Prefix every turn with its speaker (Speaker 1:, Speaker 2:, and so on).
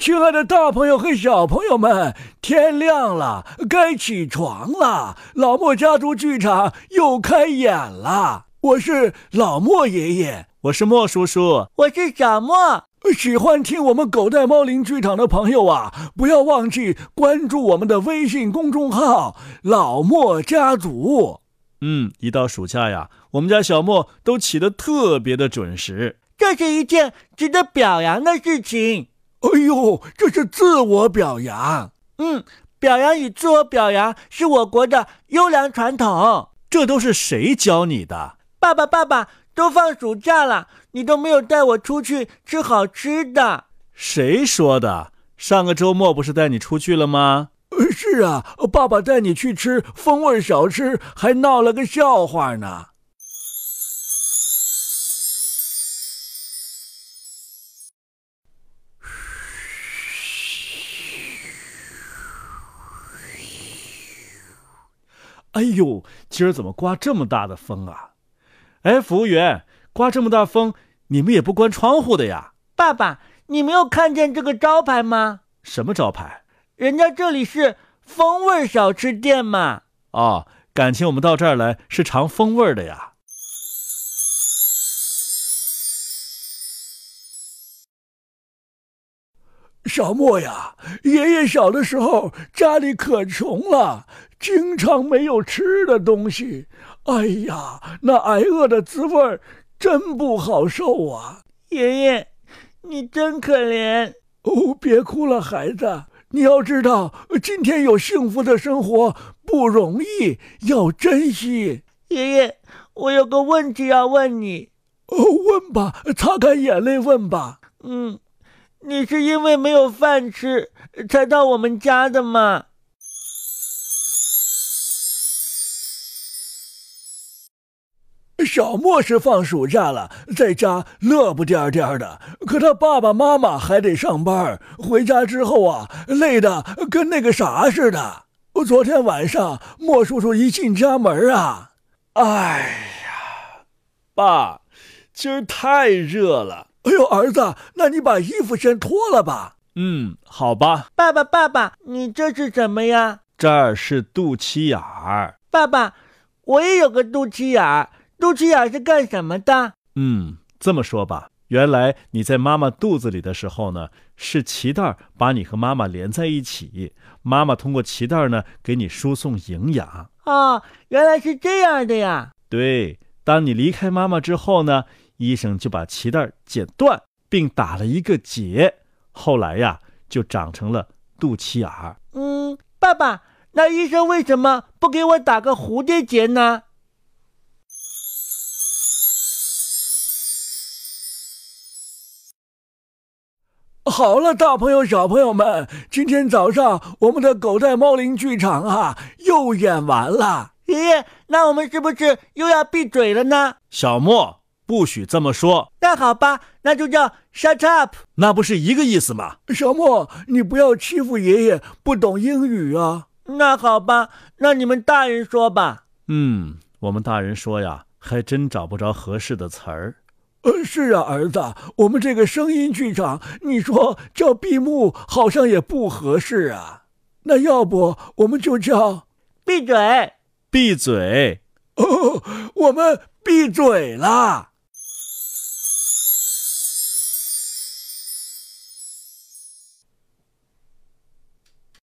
Speaker 1: 亲爱的大朋友和小朋友们，天亮了，该起床了。老莫家族剧场又开演了。我是老莫爷爷，
Speaker 2: 我是莫叔叔，
Speaker 3: 我是小莫。
Speaker 1: 喜欢听我们狗带猫铃剧场的朋友啊，不要忘记关注我们的微信公众号“老莫家族”。
Speaker 2: 嗯，一到暑假呀，我们家小莫都起得特别的准时。
Speaker 3: 这是一件值得表扬的事情。
Speaker 1: 哎呦，这是自我表扬。
Speaker 3: 嗯，表扬与自我表扬是我国的优良传统。
Speaker 2: 这都是谁教你的？
Speaker 3: 爸爸，爸爸，都放暑假了，你都没有带我出去吃好吃的。
Speaker 2: 谁说的？上个周末不是带你出去了吗？
Speaker 1: 是啊，爸爸带你去吃风味小吃，还闹了个笑话呢。
Speaker 2: 哎呦，今儿怎么刮这么大的风啊？哎，服务员，刮这么大风，你们也不关窗户的呀？
Speaker 3: 爸爸，你没有看见这个招牌吗？
Speaker 2: 什么招牌？
Speaker 3: 人家这里是风味小吃店嘛。
Speaker 2: 哦，感情我们到这儿来是尝风味的呀。
Speaker 1: 小莫呀，爷爷小的时候家里可穷了，经常没有吃的东西。哎呀，那挨饿的滋味儿真不好受啊！
Speaker 3: 爷爷，你真可怜。
Speaker 1: 哦，别哭了，孩子，你要知道，今天有幸福的生活不容易，要珍惜。
Speaker 3: 爷爷，我有个问题要问你。
Speaker 1: 哦，问吧，擦干眼泪问吧。
Speaker 3: 嗯。你是因为没有饭吃才到我们家的吗？
Speaker 1: 小莫是放暑假了，在家乐不颠颠的，可他爸爸妈妈还得上班，回家之后啊，累的跟那个啥似的。昨天晚上，莫叔叔一进家门啊，
Speaker 2: 哎呀，爸，今儿太热了。
Speaker 1: 哎呦，儿子，那你把衣服先脱了吧。
Speaker 2: 嗯，好吧。
Speaker 3: 爸爸，爸爸，你这是什么呀？
Speaker 2: 这儿是肚脐眼儿。
Speaker 3: 爸爸，我也有个肚脐眼儿。肚脐眼儿是干什么的？
Speaker 2: 嗯，这么说吧，原来你在妈妈肚子里的时候呢，是脐带把你和妈妈连在一起，妈妈通过脐带呢给你输送营养。
Speaker 3: 哦，原来是这样的呀。
Speaker 2: 对，当你离开妈妈之后呢？医生就把脐带剪断，并打了一个结，后来呀就长成了肚脐眼儿。
Speaker 3: 嗯，爸爸，那医生为什么不给我打个蝴蝶结呢？
Speaker 1: 好了，大朋友、小朋友们，今天早上我们的狗带猫铃剧场啊又演完了。
Speaker 3: 爷爷，那我们是不是又要闭嘴了呢？
Speaker 2: 小莫。不许这么说。
Speaker 3: 那好吧，那就叫 shut up。
Speaker 2: 那不是一个意思吗？
Speaker 1: 小莫，你不要欺负爷爷不懂英语啊。
Speaker 3: 那好吧，那你们大人说吧。
Speaker 2: 嗯，我们大人说呀，还真找不着合适的词儿。
Speaker 1: 呃，是啊，儿子，我们这个声音剧场，你说叫闭幕好像也不合适啊。那要不我们就叫
Speaker 3: 闭嘴，
Speaker 2: 闭嘴。
Speaker 1: 哦，我们闭嘴啦。